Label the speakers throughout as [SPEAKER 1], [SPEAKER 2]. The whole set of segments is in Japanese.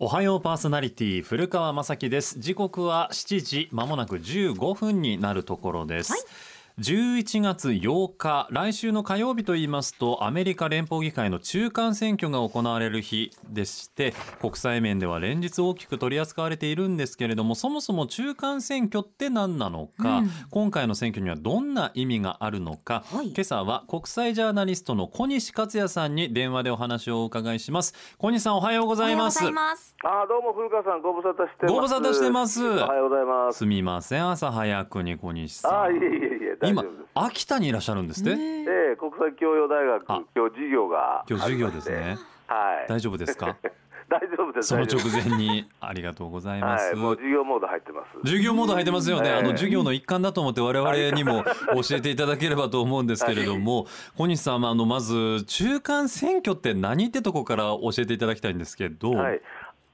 [SPEAKER 1] おはようパーソナリティ古川雅樹です時刻は7時まもなく15分になるところです、
[SPEAKER 2] はい
[SPEAKER 1] 11月8日来週の火曜日と言いますとアメリカ連邦議会の中間選挙が行われる日でして国際面では連日大きく取り扱われているんですけれどもそもそも中間選挙って何なのか、
[SPEAKER 2] うん
[SPEAKER 1] 今回の選挙にはどんな意味があるのか、
[SPEAKER 2] はい
[SPEAKER 1] 今朝は国際ジャーナリストの小西克也さんに電話でお話をお伺いします小西さんおはようご
[SPEAKER 2] お
[SPEAKER 1] ざいます
[SPEAKER 2] ます。
[SPEAKER 3] あーどうも古川さんご無沙汰してます。
[SPEAKER 1] ご無沙汰してます
[SPEAKER 3] おはようございます。
[SPEAKER 1] すみません朝早くに小西
[SPEAKER 3] あ
[SPEAKER 1] さ
[SPEAKER 3] ーい
[SPEAKER 1] ん
[SPEAKER 3] えいえいえ大丈
[SPEAKER 1] 今
[SPEAKER 3] 夫です。
[SPEAKER 1] 秋田にいらっしゃるんですって
[SPEAKER 2] ねえ
[SPEAKER 3] ええ国際教養大学
[SPEAKER 1] あ
[SPEAKER 3] 今日授業が
[SPEAKER 1] 今日授業ですね
[SPEAKER 3] はい
[SPEAKER 1] 大丈夫です か
[SPEAKER 3] 大丈夫です。
[SPEAKER 1] その
[SPEAKER 3] 大丈
[SPEAKER 1] 直
[SPEAKER 3] 夫です
[SPEAKER 1] 前にありがとうございま
[SPEAKER 3] は
[SPEAKER 1] す
[SPEAKER 3] いもう授業モード入ってます。
[SPEAKER 1] 授業モード入ってますよね、
[SPEAKER 3] ええ
[SPEAKER 1] あの授業の一環だと思って我々にも教えていただければと思うんですけれども、小西さんあのまず中間選挙って何ってとこから教えていただきたいんですけど
[SPEAKER 3] はい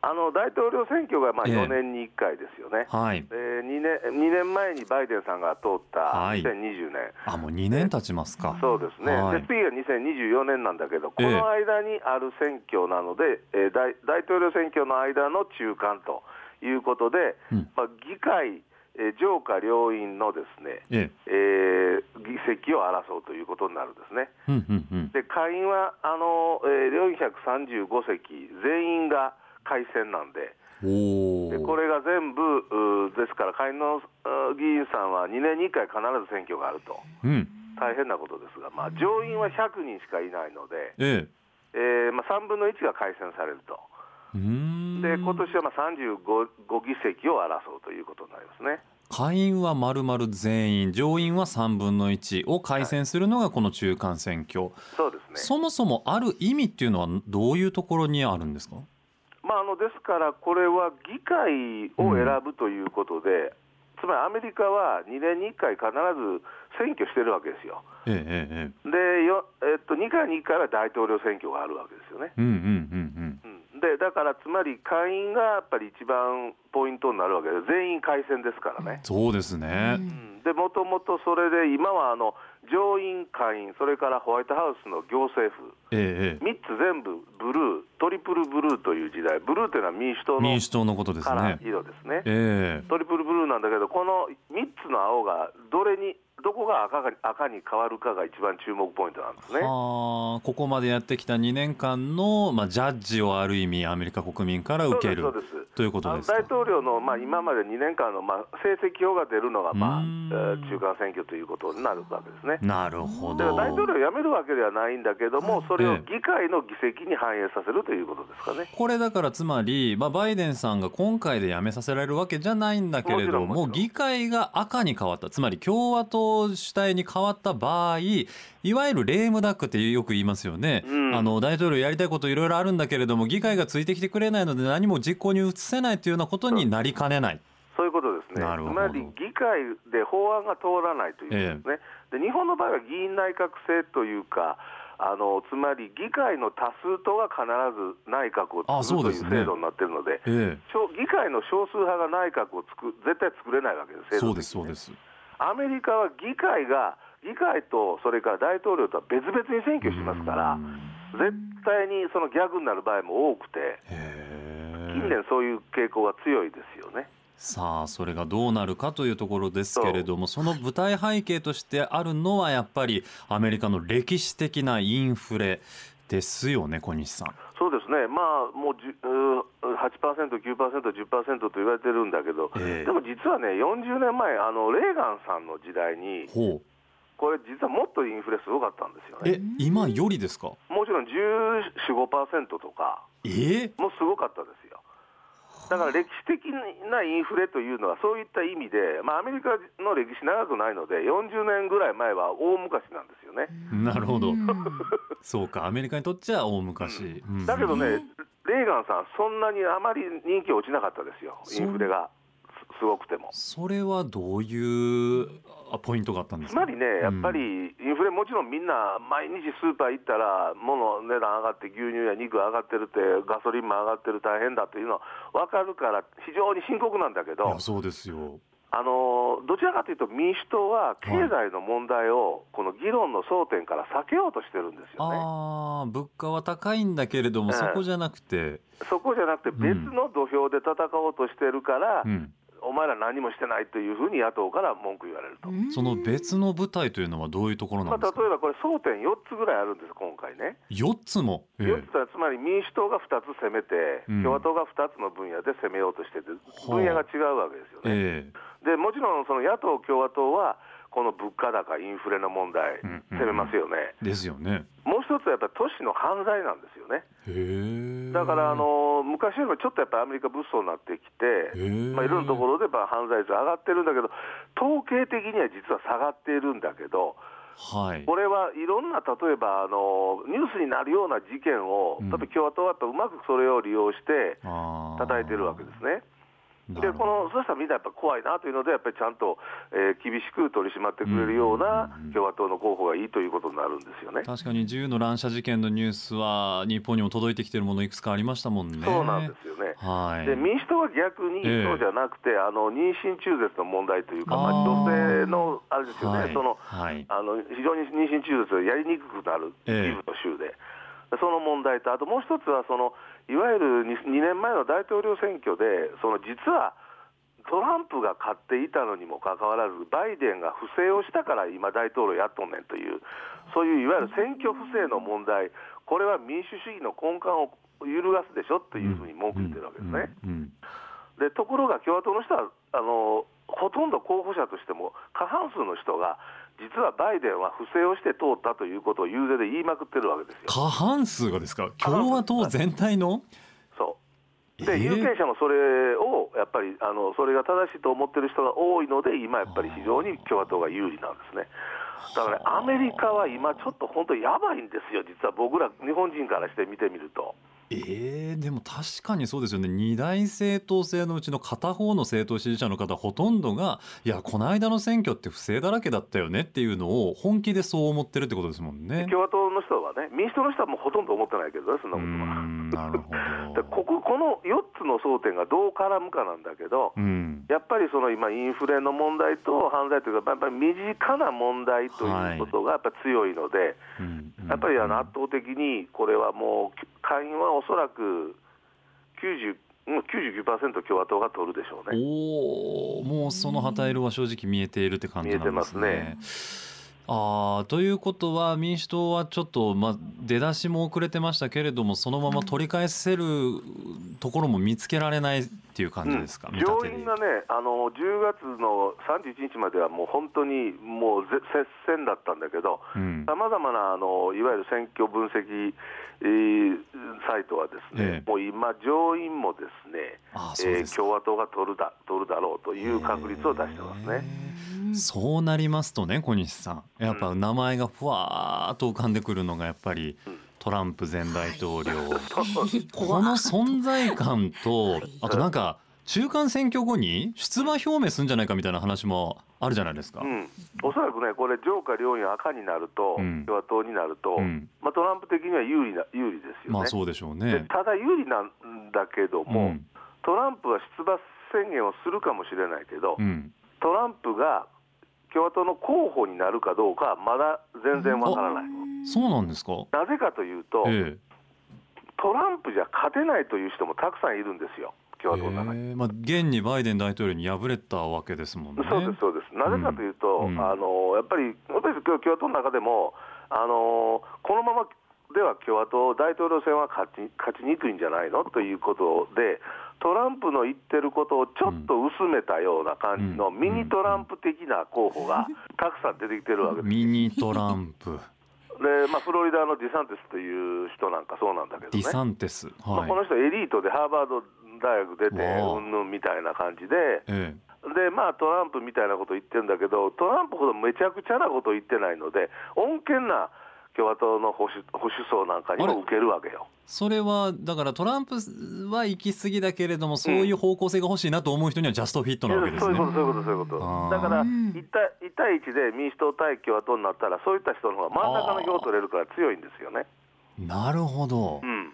[SPEAKER 3] あの大統領選挙がまあ
[SPEAKER 1] ええ
[SPEAKER 3] 4年に1回ですよね。
[SPEAKER 1] はい
[SPEAKER 3] えー、2, 年2年前にバイデンさんが通った
[SPEAKER 1] はい
[SPEAKER 3] 2020年、
[SPEAKER 1] あもう2年経ちますか
[SPEAKER 3] そうですね、
[SPEAKER 1] はい
[SPEAKER 3] で次が2024年なんだけど、こ
[SPEAKER 1] ええ
[SPEAKER 3] の間にある選挙なので、えー大、大統領選挙の間の中間ということで、
[SPEAKER 1] うん
[SPEAKER 3] まあ、議会、えー上下両院のですね、
[SPEAKER 1] ええ
[SPEAKER 3] えー議席を争うということになるんですね。
[SPEAKER 1] うんうんうん
[SPEAKER 3] で下院はあの、えー両院135席、全員が改選なんで、
[SPEAKER 1] お
[SPEAKER 3] でこ
[SPEAKER 1] ー
[SPEAKER 3] れが全部、うーですから、下院のあー議員さんは2年に1回必ず選挙があると。
[SPEAKER 1] うん
[SPEAKER 3] 大変なことですが、まあ、上院は100人しかいないので、
[SPEAKER 1] ええ
[SPEAKER 3] えーまあ、3分の1が改選されると、
[SPEAKER 1] うーん
[SPEAKER 3] で今年はまあ35議席を争うということになりますね。
[SPEAKER 1] 下院はまるまる全員上院は3分の1を改選するのがこの中間選挙、
[SPEAKER 3] そうですね、
[SPEAKER 1] そもそもある意味っていうのはどういうところにあるんですか
[SPEAKER 3] まあ、あのですから、これは議会を選ぶということで、つまりアメリカは2年に1回必ず選挙してるわけですよ。
[SPEAKER 1] えええ
[SPEAKER 3] でよ、えっと、2回に1回は大統領選挙があるわけですよね。
[SPEAKER 1] えうんうん
[SPEAKER 3] うんでだからつまり下院がやっぱり一番ポイントになるわけで全員改選ですからね。
[SPEAKER 1] うんそうですね、
[SPEAKER 3] うんでもともとそれで今はあの上院、下院、それからホワイトハウスの行政府、
[SPEAKER 1] えええ
[SPEAKER 3] 3つ全部ブルー、トリプルブルーという時代、ブルーというのは民主
[SPEAKER 1] え
[SPEAKER 3] 党の
[SPEAKER 1] 民主党のことです
[SPEAKER 3] カラ
[SPEAKER 1] ね
[SPEAKER 3] ー色ですね、
[SPEAKER 1] ええ
[SPEAKER 3] トリプルブルーなんだけど、この3つの青がどれに、どこが赤が赤に変わるかが一番注目ポイントなんですね。
[SPEAKER 1] はあここまでやってきた2年間の、まあ、ジャッジをある意味アメリカ国民から受ける
[SPEAKER 3] そうですそうです
[SPEAKER 1] ということ
[SPEAKER 3] あ
[SPEAKER 1] で
[SPEAKER 3] の
[SPEAKER 1] すか
[SPEAKER 3] 大統領の、まあ、今まで2年間の、まあ、成績表が出るのが、まあ
[SPEAKER 1] う
[SPEAKER 3] え
[SPEAKER 1] ん
[SPEAKER 3] ー中間選挙ということになるわけですね。
[SPEAKER 1] なるほ
[SPEAKER 3] だ
[SPEAKER 1] ど
[SPEAKER 3] から大統領を辞めるわけではないんだけども、それ
[SPEAKER 1] え
[SPEAKER 3] を
[SPEAKER 1] え
[SPEAKER 3] 議会の議席に反映させるということですかね。
[SPEAKER 1] これだからつまり、まあ、バイデンさんが今回で辞めさせられるわけじゃないんだけれども
[SPEAKER 3] もちろんもちろん
[SPEAKER 1] 議会が赤に変わったつまり共和党主体に変わった場合いわゆるレームダックってよく言いますよね、
[SPEAKER 3] うん
[SPEAKER 1] あの大統領やりたいこといろいろあるんだけれども議会がついてきてくれないので何も実行に移せないというようなことになりかねない。
[SPEAKER 3] そういうことですね。
[SPEAKER 1] なるほど
[SPEAKER 3] つまり議会で法案が通らないということですね。で日本の場合は議員内閣制というか、あのつまり議会の多数党が必ず内閣を
[SPEAKER 1] あそう
[SPEAKER 3] 作ると
[SPEAKER 1] で
[SPEAKER 3] い
[SPEAKER 1] す
[SPEAKER 3] う
[SPEAKER 1] ね
[SPEAKER 3] 制度になっているので、
[SPEAKER 1] ええ
[SPEAKER 3] 少議会の少数派が内閣を作絶対作れないわけです、制
[SPEAKER 1] そう
[SPEAKER 3] 度
[SPEAKER 1] で
[SPEAKER 3] 的
[SPEAKER 1] すそう
[SPEAKER 3] にね
[SPEAKER 1] です。
[SPEAKER 3] アメリカは議会が、議会とそれから大統領とは別々に選挙してますか
[SPEAKER 1] う、
[SPEAKER 3] ら
[SPEAKER 1] ん
[SPEAKER 3] 絶対にその逆になる場合も多くて。
[SPEAKER 1] へえ
[SPEAKER 3] 近年、そういう傾向が強いですよね。
[SPEAKER 1] さあそれがどうなるかというところですけれどもその舞台背景としてあるのはやっぱりアメリカの歴史的なインフレですよね小西さん。
[SPEAKER 3] そうですね、まあ、もうじゅうー8%、9%、10%と言われてるんだけど、
[SPEAKER 1] ええ
[SPEAKER 3] でも実はね、40年前、あのレーガンさんの時代に、
[SPEAKER 1] ほう
[SPEAKER 3] これ、実はもっとインフレすごかったんですよね。
[SPEAKER 1] え今よりですか
[SPEAKER 3] もちろん14、5%とか、
[SPEAKER 1] え
[SPEAKER 3] もうすごかったですよ。だから歴史的なインフレというのは、そういった意味で、まあ、アメリカの歴史長くないので、40年ぐらい前は大昔なんですよね。
[SPEAKER 1] なるほど
[SPEAKER 2] うん
[SPEAKER 1] そうかアメリカにとっちゃ大昔。うん
[SPEAKER 3] だけどね、
[SPEAKER 2] うん
[SPEAKER 3] レーガンさん、そんなにあまり人気落ちなかったですよ、インフレがすすごくても。
[SPEAKER 1] それはどういうあポイントがあったんです
[SPEAKER 3] つ
[SPEAKER 1] か
[SPEAKER 3] まりね、やっぱりインフレ、もちろんみんな、毎日スーパー行ったら、物の値段上がって、牛乳や肉上がってるって、ガソリンも上がってる、大変だっていうのは分かるから、非常に深刻なんだけ
[SPEAKER 1] い
[SPEAKER 3] ど
[SPEAKER 1] や、そうですよ。
[SPEAKER 3] あのどちらかというと、民主党は経済の問題を、この議論の争点から避けようとしてるんですよね。
[SPEAKER 1] ああ、物価は高いんだけれども、
[SPEAKER 3] ええ
[SPEAKER 1] そこじゃなくて、
[SPEAKER 3] そこじゃなくて、別の土俵で戦おうとしてるから、
[SPEAKER 1] うん、
[SPEAKER 3] お前ら何もしてないというふうに野党から文句言われると、
[SPEAKER 1] その別の舞台というのはどういうところな
[SPEAKER 3] まあ、
[SPEAKER 1] んですか、
[SPEAKER 3] 例えばこれ、争点4つぐらいあるんです、今回ね。
[SPEAKER 1] 四つも、え
[SPEAKER 3] 4つはつまり民主党が2つ攻めて、
[SPEAKER 1] うん
[SPEAKER 3] 共和党が2つの分野で攻めようとしてて、
[SPEAKER 1] ほう
[SPEAKER 3] 分野が違うわけですよね。
[SPEAKER 1] ええ
[SPEAKER 3] でもちろんその野党、共和党は、この物価高、インフレの問題
[SPEAKER 1] うん、うん
[SPEAKER 3] 攻めますよね、
[SPEAKER 1] ですよね。
[SPEAKER 3] もう一つはやっぱり都市の犯罪なんですよね、
[SPEAKER 1] へえ
[SPEAKER 3] だからあ、の昔よりもちょっとやっぱりアメリカ物騒になってきて、まあ、いろんなとこ
[SPEAKER 1] ろ
[SPEAKER 3] ろでやっぱ犯罪率上がってるんだけど、統計的には実は下がっているんだけど、
[SPEAKER 1] はい
[SPEAKER 3] これはいろんな例えばあのニュースになるような事件を、
[SPEAKER 1] うん
[SPEAKER 3] 例えば共和党はやっぱうまくそれを利用して
[SPEAKER 1] 叩
[SPEAKER 3] 叩いてるわけですね。
[SPEAKER 1] ね
[SPEAKER 3] でこのそうしたらみんなやっぱ怖いなというので、やっぱりちゃんと、えー厳しく取り締まってくれるような
[SPEAKER 1] うん
[SPEAKER 3] 共和党の候補がいいということになるんですよね。
[SPEAKER 1] 確かに銃の乱射事件のニュースは日本にも届いてきているものいくつかありましたもんね。
[SPEAKER 3] そうなんですよね。
[SPEAKER 1] はい。
[SPEAKER 3] で民主党は逆に
[SPEAKER 1] ええ
[SPEAKER 3] そうじゃなくて、あの妊娠中絶の問題というか、まあ、
[SPEAKER 1] あー
[SPEAKER 3] 女性のあれですよね、
[SPEAKER 1] はい、
[SPEAKER 3] その
[SPEAKER 1] はい。
[SPEAKER 3] あの非常に妊娠中絶がやりにくくなる、
[SPEAKER 1] ええ
[SPEAKER 3] 一部の州で、その問題と、あともう一つはその、いわゆる 2, 年前の大統領選挙で、その実はトランプが勝っていたのにもかかわらず、バイデンが不正をしたから今、大統領やっとんねんという、そういういわゆる選挙不正の問題、これは民主主義の根幹を揺るがすでしょというふうに文句言ってるわけですね。
[SPEAKER 1] うん。うん
[SPEAKER 3] でところが共和党の人はあのほとんど候補者としても過半数の人が実はバイデンは不正をして通ったということを遊説で言いまくってるわけですよ。
[SPEAKER 1] 過半数がですか。
[SPEAKER 3] 過半数
[SPEAKER 1] 共和党全体の。
[SPEAKER 3] そうで
[SPEAKER 1] えー
[SPEAKER 3] 有権者もそれをやっぱりあのそれが正しいと思ってる人が多いので今やっぱり非常に共和党が有利なんですね。だからねアメリカは今ちょっと本当やばいんですよ実は僕ら日本人からして見てみると。
[SPEAKER 1] ええでも確かにそうですよね。二大政党制のうちの片方の政党支持者の方ほとんどがいやこの間の選挙って不正だらけだったよねっていうのを本気でそう思ってるってことですもんね。
[SPEAKER 3] 共和党の人はね民主党の人はもうほとんど思ってないけどねそんな
[SPEAKER 1] う
[SPEAKER 3] ことは。
[SPEAKER 1] んなるほ
[SPEAKER 3] で
[SPEAKER 1] ど。
[SPEAKER 3] こここの4つの争点がどう絡むかなんだけど、
[SPEAKER 1] うん。
[SPEAKER 3] やっぱりその今、インフレの問題と犯罪というか、やっぱり身近な問題ということがやっぱ強いので、
[SPEAKER 1] うん
[SPEAKER 3] やっぱりあの圧倒的にこれはもう、下院はおそらく90もう99%共和党が取るでしょうね。
[SPEAKER 1] おお、もうその旗色は正直見えているって感じなんですね。
[SPEAKER 3] 見えて
[SPEAKER 1] あーということは民主党はちょっと、まあ、出だしも遅れてましたけれどもそのまま取り返せるところも見つけられないっていう感じですか、
[SPEAKER 3] うん
[SPEAKER 1] 見立
[SPEAKER 3] 上
[SPEAKER 1] てで
[SPEAKER 3] 院がね、あの10月の31日まではもう本当にもうぜ接戦だったんだけど、
[SPEAKER 1] うん
[SPEAKER 3] さまざまなあのいわゆる選挙分析、えーサイトはです
[SPEAKER 1] え、
[SPEAKER 3] ねもう今、上院もですね、
[SPEAKER 1] あーそう
[SPEAKER 3] え
[SPEAKER 1] で
[SPEAKER 3] ー
[SPEAKER 1] す
[SPEAKER 3] 共和党が取るだ取るだろうという確率を出してますね。
[SPEAKER 1] へーそうなりますとね小西さんやっぱ名前がふわーっと浮かんでくるのがやっぱり
[SPEAKER 3] うん
[SPEAKER 1] トランプ前大統領、
[SPEAKER 3] そう
[SPEAKER 1] この存在感と
[SPEAKER 2] はい
[SPEAKER 1] あとなんか中間選挙後に出馬表明するんじゃないかみたいな話もあるじゃないですか。
[SPEAKER 3] うん、おそらくね、これ、上下両院赤になると、
[SPEAKER 1] うん
[SPEAKER 3] 共和党になると、
[SPEAKER 1] うん
[SPEAKER 3] まあ、トランプ的には有利な有利ですよね。
[SPEAKER 1] まあそうでしょう
[SPEAKER 3] で
[SPEAKER 1] ね。
[SPEAKER 3] ただ有利なんだけども、
[SPEAKER 1] ん
[SPEAKER 3] トランプは出馬宣言をするかもしれないけど、
[SPEAKER 1] うん、
[SPEAKER 3] トランプが共和党の候補になるかどうかはまだ全然わからない。
[SPEAKER 1] そうなんですか。
[SPEAKER 3] なぜかというと、
[SPEAKER 1] ええ
[SPEAKER 3] トランプじゃ勝てないという人もたくさんいるんですよ、共和党の中に。
[SPEAKER 1] ええまあ現にバイデン大統領に敗れたわけですもんね。
[SPEAKER 3] そうです、そうです、なぜかというと、
[SPEAKER 1] うん
[SPEAKER 3] あのやっぱり、やっぱり共和党の中でも、あのこのままでは共和党、大統領選は勝ち勝ちにくいんじゃないのということで、トランプの言ってることをちょっと薄めたような感じの、
[SPEAKER 1] うん
[SPEAKER 3] ミニトランプ的な候補がたくさん出てきてるわけです。
[SPEAKER 1] ミニトラン プ、
[SPEAKER 3] でまあ、フロリダのディサンティスという人なんかそうなんだけど
[SPEAKER 1] ディ
[SPEAKER 3] ね。
[SPEAKER 1] サンテス、
[SPEAKER 3] まあ、
[SPEAKER 1] はい
[SPEAKER 3] こ。の人、エリートでハーバード大学出て、
[SPEAKER 1] わあ
[SPEAKER 3] うんぬんみたいな感じで、
[SPEAKER 1] え
[SPEAKER 3] でまあ、トランプみたいなこと言ってるんだけど、トランプほどめちゃくちゃなこと言ってないので、穏健な共和党の保守保守層なんかに
[SPEAKER 1] あ
[SPEAKER 3] も
[SPEAKER 1] れ
[SPEAKER 3] 受けるわけよ。
[SPEAKER 1] えそれはだからトランプは行き過ぎだけれどもそういう方向性が欲しいなと思う人にはジャストフィットなわけで
[SPEAKER 3] そ
[SPEAKER 1] す
[SPEAKER 3] ういう
[SPEAKER 1] ね。
[SPEAKER 3] こと、そういうこと、そういうこと
[SPEAKER 1] あー。
[SPEAKER 3] だから
[SPEAKER 2] うん
[SPEAKER 3] 1対、一対1で民主党対共和党になったら、そういった人の方が真ん中の票を取れるから強いんですよね。
[SPEAKER 1] なるほど。
[SPEAKER 3] うん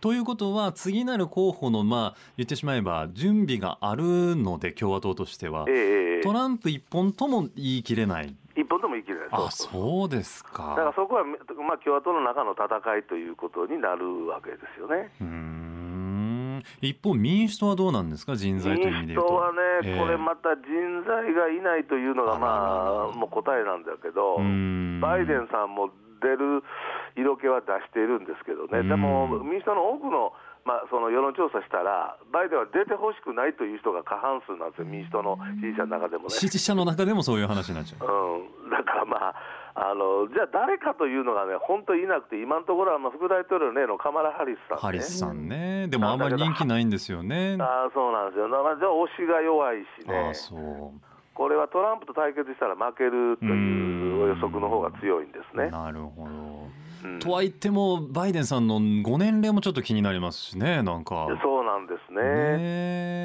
[SPEAKER 1] ということは次なる候補のまあ言ってしまえば準備があるので共和党としては
[SPEAKER 3] ええええ
[SPEAKER 1] トランプ一本とも言い切れない。
[SPEAKER 3] 一本でも言い切れない
[SPEAKER 1] あ
[SPEAKER 3] そう
[SPEAKER 1] そうです
[SPEAKER 3] だから
[SPEAKER 1] か。
[SPEAKER 3] そこは、まあ、共和党の中の戦いということになるわけですよね。
[SPEAKER 1] うーん一方民主党はどうなんですか人材という意味で言
[SPEAKER 3] 民
[SPEAKER 1] う
[SPEAKER 3] 主党
[SPEAKER 1] と。
[SPEAKER 3] はね、
[SPEAKER 1] ええ
[SPEAKER 3] これまた人材がいないというのが、
[SPEAKER 1] あららら
[SPEAKER 3] ま
[SPEAKER 1] ら
[SPEAKER 3] あ、もう答えなんだけど
[SPEAKER 1] うー、ん
[SPEAKER 3] バイデンさんも出る色気は出しているんですけど
[SPEAKER 1] う
[SPEAKER 3] ね、
[SPEAKER 1] ん
[SPEAKER 3] でも民主党の多くの,、まあその世論調査したら、バイデンは出てほしくないという人が過半数なんですよ、民主党の支持者の中でもね。
[SPEAKER 1] 支持者の中でもそういう話になっちゃう。
[SPEAKER 3] うん、だからまああの、じゃあ誰かというのがね、本当にいなくて、今のところはまあ副大統領の例のカマラ・ハリスさ ん、ね、
[SPEAKER 1] ハリスさんねでもあんまり人気ないんですよね。
[SPEAKER 3] あーそうなんですよ、だからじゃあ推しが弱いし
[SPEAKER 1] あ
[SPEAKER 3] ね
[SPEAKER 1] あ、そう。
[SPEAKER 3] これはトランプと対決したら負けるという予測の方が強いんですね。
[SPEAKER 1] なるほど。
[SPEAKER 3] うん
[SPEAKER 1] とは言ってもバイデンさんのご年齢もちょっと気になりますしねなんか。
[SPEAKER 3] そうなんですね。
[SPEAKER 1] ね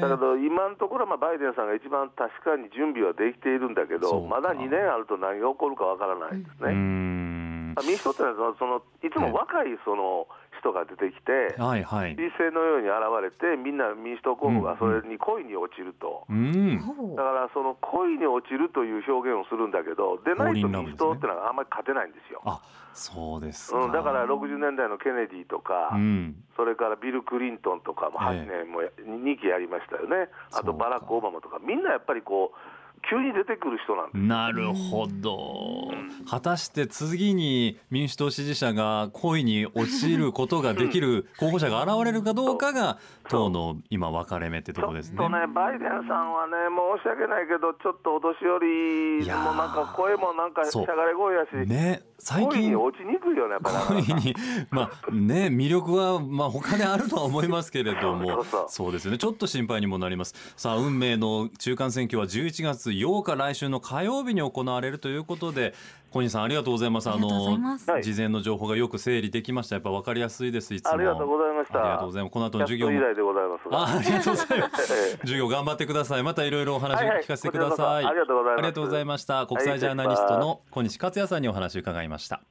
[SPEAKER 1] え
[SPEAKER 3] だけど今のところはまあバイデンさんが一番確かに準備はできているんだけ
[SPEAKER 1] そ
[SPEAKER 3] ど、
[SPEAKER 1] うか
[SPEAKER 3] まだ2年あると何が起こるかわからないです
[SPEAKER 1] うー
[SPEAKER 3] ね。
[SPEAKER 1] ん
[SPEAKER 3] 民主党ってのはそのいつも若いその人が出てきて、
[SPEAKER 1] はいはい。
[SPEAKER 3] 知性のように現れて、みんな民主党候補がそれに恋に落ちると、
[SPEAKER 1] うん。
[SPEAKER 3] だ
[SPEAKER 2] ほ
[SPEAKER 3] からその恋に落ちるという表現をするんだけど、でないと民主党ってのはあんまり勝てないんですよ。
[SPEAKER 1] あそうですか。
[SPEAKER 3] うん、だから60年代のケネディとか、
[SPEAKER 1] うん。
[SPEAKER 3] それからビル・クリントンとかも
[SPEAKER 1] え
[SPEAKER 3] 8
[SPEAKER 1] え
[SPEAKER 3] 年もや、2期やりましたよね、あ
[SPEAKER 1] そ
[SPEAKER 3] と
[SPEAKER 1] うか
[SPEAKER 3] バラック・オバマとか、みんなやっぱりこう、急に出てくる人なんで
[SPEAKER 1] なるほど。果たして次に民主党支持者が恋に落ちることができる候補者が現れるかどうかが党の今分かれ目って
[SPEAKER 3] す
[SPEAKER 1] と
[SPEAKER 3] よ、
[SPEAKER 1] こです
[SPEAKER 3] ちょっ
[SPEAKER 1] ね。
[SPEAKER 3] とね、バイデンさんはね、もう申し訳ないけど、ちょっとお年寄り
[SPEAKER 1] いやー
[SPEAKER 3] もうなんか声もなんかし
[SPEAKER 1] そう
[SPEAKER 3] ゃがれ声やし、
[SPEAKER 1] ね最
[SPEAKER 3] 恋に
[SPEAKER 1] 近
[SPEAKER 3] 落ちにくいよね、やっぱりなかな
[SPEAKER 1] 恋
[SPEAKER 3] か。
[SPEAKER 1] に、まあね、魅力は、まあ、他であるとは思いますけれど
[SPEAKER 3] そ
[SPEAKER 1] も
[SPEAKER 3] うそう、
[SPEAKER 1] そうですね、ちょっと心配にもなります。さあ、運命の中間選挙は11月8日、来週の火曜日に行われるということで、小西さん、ありがとうございます。
[SPEAKER 2] ありがとうございます
[SPEAKER 3] あはい
[SPEAKER 1] 事前の情報がよく整理できました。やっぱ分かりやすいです、いつも。
[SPEAKER 3] ありがとうございました。
[SPEAKER 1] ありがとうございます。この後
[SPEAKER 3] キャ
[SPEAKER 1] の
[SPEAKER 3] スト
[SPEAKER 1] 授業
[SPEAKER 3] 以
[SPEAKER 1] も。
[SPEAKER 3] 来でございますが。
[SPEAKER 1] あありがとうございます。
[SPEAKER 3] ええ
[SPEAKER 1] 授業頑張ってください。またいろいろお話を聞かせてください。
[SPEAKER 3] はいはいこちらこそありがとうございます
[SPEAKER 1] ありがとうございました。国際ジャーナリストの小西克也さんにお話を伺いました。